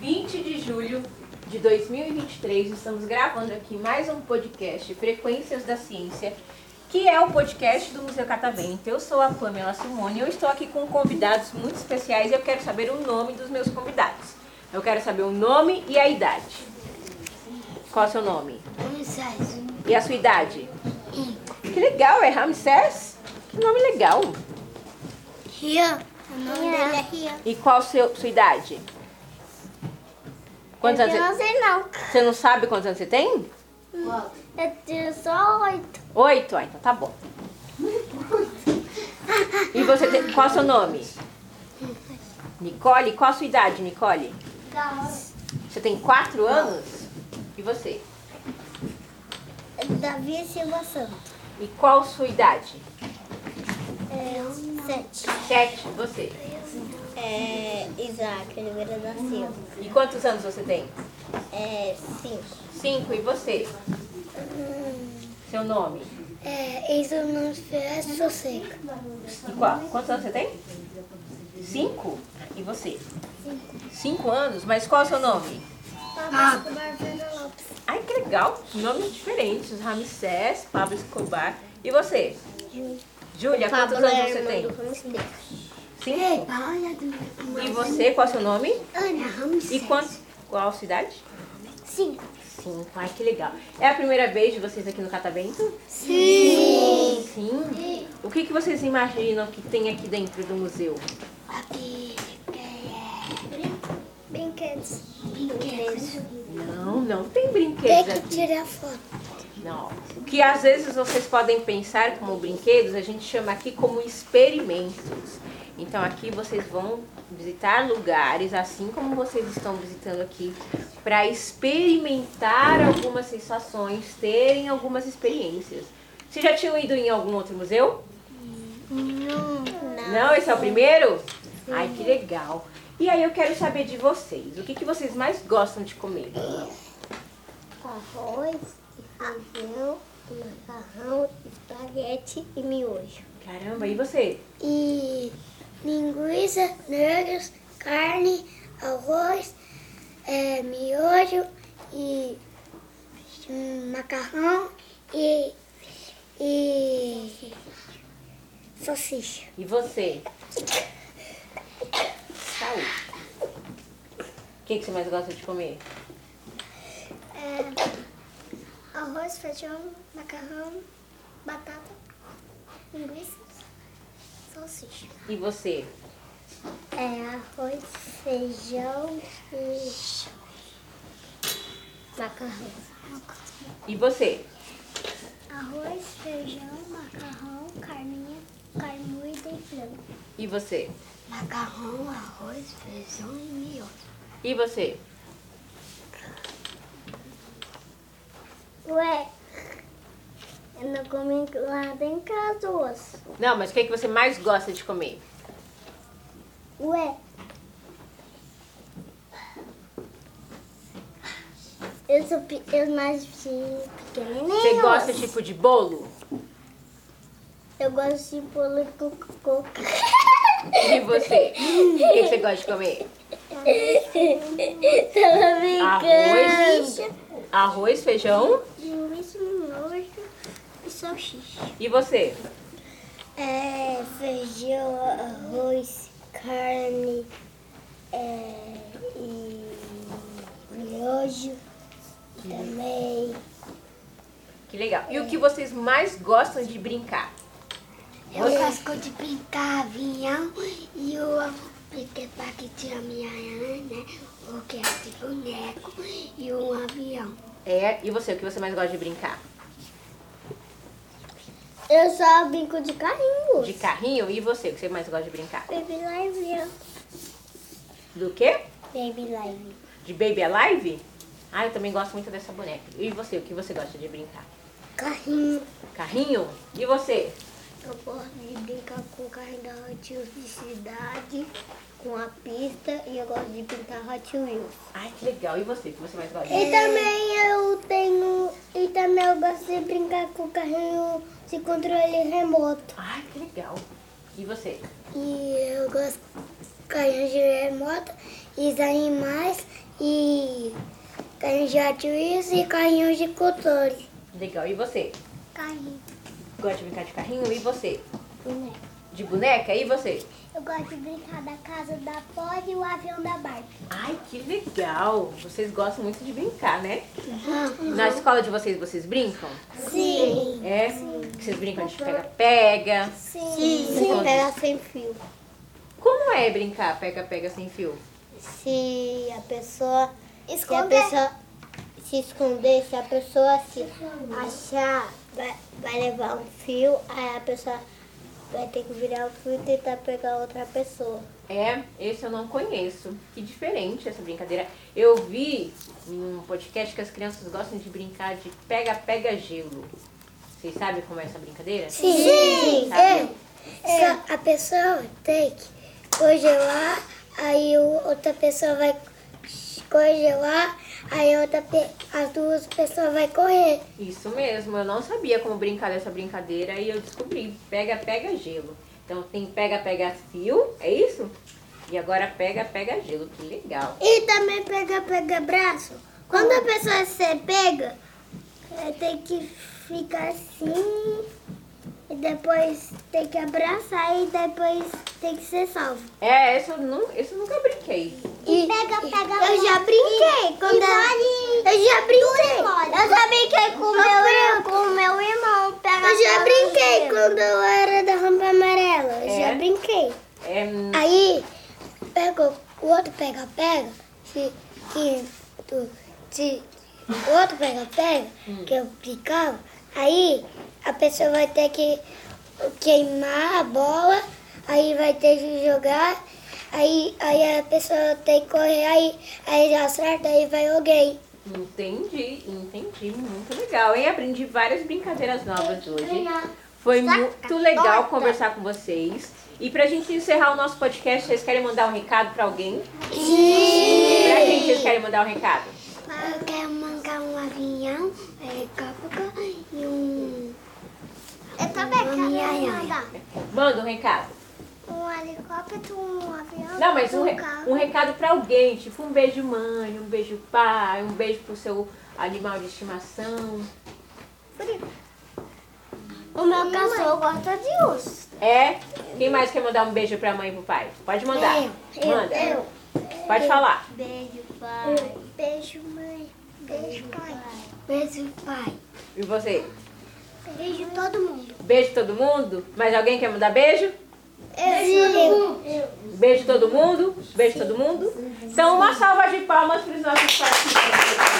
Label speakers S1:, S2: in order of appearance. S1: 20 de julho de 2023, estamos gravando aqui mais um podcast Frequências da Ciência, que é o podcast do Museu Catavento. Eu sou a Pamela Simone, eu estou aqui com convidados muito especiais e eu quero saber o nome dos meus convidados. Eu quero saber o nome e a idade. Qual é o seu nome?
S2: Ramsés.
S1: E a sua idade? Que legal, é Ramsés? Que nome legal.
S2: Rian. O nome dele é Rian.
S1: E qual a seu, sua idade? Quantos anos
S2: Eu não
S1: você...
S2: sei não.
S1: você não sabe quantos anos você tem?
S2: Eu tenho só oito.
S1: Oito, ah, então tá bom. E você tem. Qual é o seu nome? Nicole, qual a sua idade, Nicole? Você tem quatro anos? E você?
S2: Davi Silva Santo.
S1: E qual a sua idade?
S2: É, Sete.
S1: Sete, você.
S2: É, Isaac Oliveira da Silva.
S1: E quantos anos você tem?
S2: É, cinco.
S1: Cinco, e você? Seu nome?
S2: É, isso não é sossego.
S1: E qual? Quantos anos você tem? Cinco? E você? Cinco anos? Mas qual é o seu nome?
S2: Ah.
S1: Ai, que legal. Nomes diferentes. Ramsés, Pablo Escobar. E você? Júlia, quantos anos você tem? Cinco. E você, qual é o seu nome?
S2: Ana
S1: E
S2: Ramsey.
S1: quantos? Qual a sua idade?
S2: Cinco.
S1: Cinco. Ai, que legal. É a primeira vez de vocês aqui no Catavento?
S2: Sim.
S1: Sim. O que, que vocês imaginam que tem aqui dentro do museu?
S2: Aqui é... Brinquedos. Brinquedos.
S1: Não, não tem brinquedos
S2: Tem
S1: aqui.
S2: que tirar foto.
S1: Não. O que às vezes vocês podem pensar como brinquedos, a gente chama aqui como experimentos. Então aqui vocês vão visitar lugares, assim como vocês estão visitando aqui, para experimentar algumas sensações, terem algumas experiências. Vocês já tinham ido em algum outro museu?
S2: Não.
S1: Não, esse é o primeiro? Ai, que legal. E aí eu quero saber de vocês, o que, que vocês mais gostam de comer?
S2: Arroz, feijão, macarrão, espaguete e miojo.
S1: Caramba, e você?
S2: E linguiça, negros, carne, arroz, é, miojo e hum, macarrão e, e salsicha.
S1: E você? Saúde. O que, que você mais gosta de comer?
S2: É, arroz, feijão, macarrão, batata, linguiça, salsicha.
S1: E você?
S2: É arroz, feijão e macarrão.
S1: E você?
S2: Arroz, feijão, macarrão, carninha, carne moída e frango.
S1: E você?
S2: Macarrão, arroz, feijão e miojo.
S1: E você?
S2: Ué, eu não comi nada em casa hoje.
S1: Não, mas o que, que você mais gosta de comer?
S2: Ué. Eu sou pe- eu mais pe- pequenininho.
S1: Você gosta tipo de bolo?
S2: Eu gosto de bolo com coco.
S1: E você? O que, que você gosta de comer?
S2: Tava
S1: Arroz.
S2: brincando.
S1: Arroz, feijão?
S2: Linguiça, miojo e salsicha.
S1: E você?
S2: É, feijão, arroz, carne é, e miojo. Também.
S1: Que legal. E o que vocês mais gostam de brincar?
S2: Eu gosto de brincar avião e eu amo brincar que tira minha né? Eu quero de boneco e um avião.
S1: É, e você? O que você mais gosta de brincar?
S2: Eu só brinco de carrinho.
S1: De carrinho? E você? O que você mais gosta de brincar?
S2: Baby né? Live.
S1: Do quê?
S2: Baby Live.
S1: De Baby Alive? Ah, eu também gosto muito dessa boneca. E você, o que você gosta de brincar?
S2: Carrinho.
S1: Carrinho? E você?
S2: Eu gosto de brincar com o carrinho da Hot Wheels de cidade, com a pista e eu gosto de pintar Hot Wheels. É.
S1: Ai, que legal. E você, o que você mais gosta?
S2: E também eu tenho eu gosto de brincar com o carrinho de controle remoto.
S1: Ai, que legal. E você?
S2: E eu gosto de carrinho de remoto, e os animais, e carrinho de ativismo e carrinho de controle.
S1: Legal. E você?
S2: Carrinho
S1: Gosta de brincar de carrinho? E você?
S2: boneco.
S1: De boneca? E você?
S2: Eu gosto de brincar da casa da Ford e o avião da Barbie.
S1: Ai, que legal. Vocês gostam muito de brincar, né? Na escola de vocês, vocês brincam?
S2: Sim.
S1: É? Vocês brincam de pega-pega?
S2: Sim. Sim. Pega sem fio.
S1: Como é brincar pega-pega sem fio?
S2: Se a pessoa. Se a pessoa se esconder, se a pessoa se achar, vai, vai levar um fio, aí a pessoa vai ter que virar o fio e tentar pegar outra pessoa.
S1: É, esse eu não conheço. Que diferente essa brincadeira. Eu vi em um podcast que as crianças gostam de brincar de pega-pega gelo. Vocês sabem como é essa brincadeira?
S2: Sim. É.
S1: Sabe?
S2: a pessoa tem que congelar, aí outra pessoa vai congelar, aí outra as duas pessoas vai correr.
S1: Isso mesmo, eu não sabia como brincar dessa brincadeira e eu descobri. Pega, pega gelo. Então tem pega, pega fio, é isso? E agora pega, pega gelo, que legal.
S2: E também pega, pega braço. Quando a pessoa se pega, é, tem que ficar assim. E depois tem que abraçar e depois tem que ser salvo.
S1: É, esse eu nunca, esse eu nunca brinquei.
S2: E, pega, pega. Eu já brinquei. quando eu já brinquei. Eu já brinquei com o meu, com meu irmão. eu já brinquei quando eu era da rampa amarela. Eu
S1: É?
S2: já brinquei.
S1: É,
S2: Aí, pega, o outro pega, pega, se, que, tu, se, o outro pega, pega, que eu brincava, aí a pessoa vai ter que queimar a bola, aí vai ter que jogar, aí, aí a pessoa tem que correr, aí, aí já acerta, aí vai alguém.
S1: entendi, entendi. Muito legal, hein? Aprendi várias brincadeiras novas hoje. Foi muito legal conversar com vocês. E pra gente encerrar o nosso podcast, vocês querem mandar um recado pra alguém? Pra quem vocês querem mandar um recado?
S2: Eu quero mandar um avião, um helicóptero e um... Eu também quero mandar.
S1: Manda um recado.
S2: Um helicóptero, um avião.
S1: Não, mas um, re-
S2: carro.
S1: um recado pra alguém, tipo um beijo mãe, um beijo pai, um beijo pro seu animal de estimação. um
S2: O meu cachorro gosta de urso.
S1: É? Quem mais quer mandar um beijo pra mãe e pro pai? Pode mandar. Manda. Pode falar.
S2: Beijo, pai. Beijo, mãe. Beijo, pai. Beijo, pai.
S1: E você?
S2: Beijo todo mundo.
S1: Beijo todo mundo? Mais alguém quer mandar beijo?
S2: Eu.
S1: Beijo todo mundo? Beijo todo mundo? Então uma salva de palmas pros nossos participantes.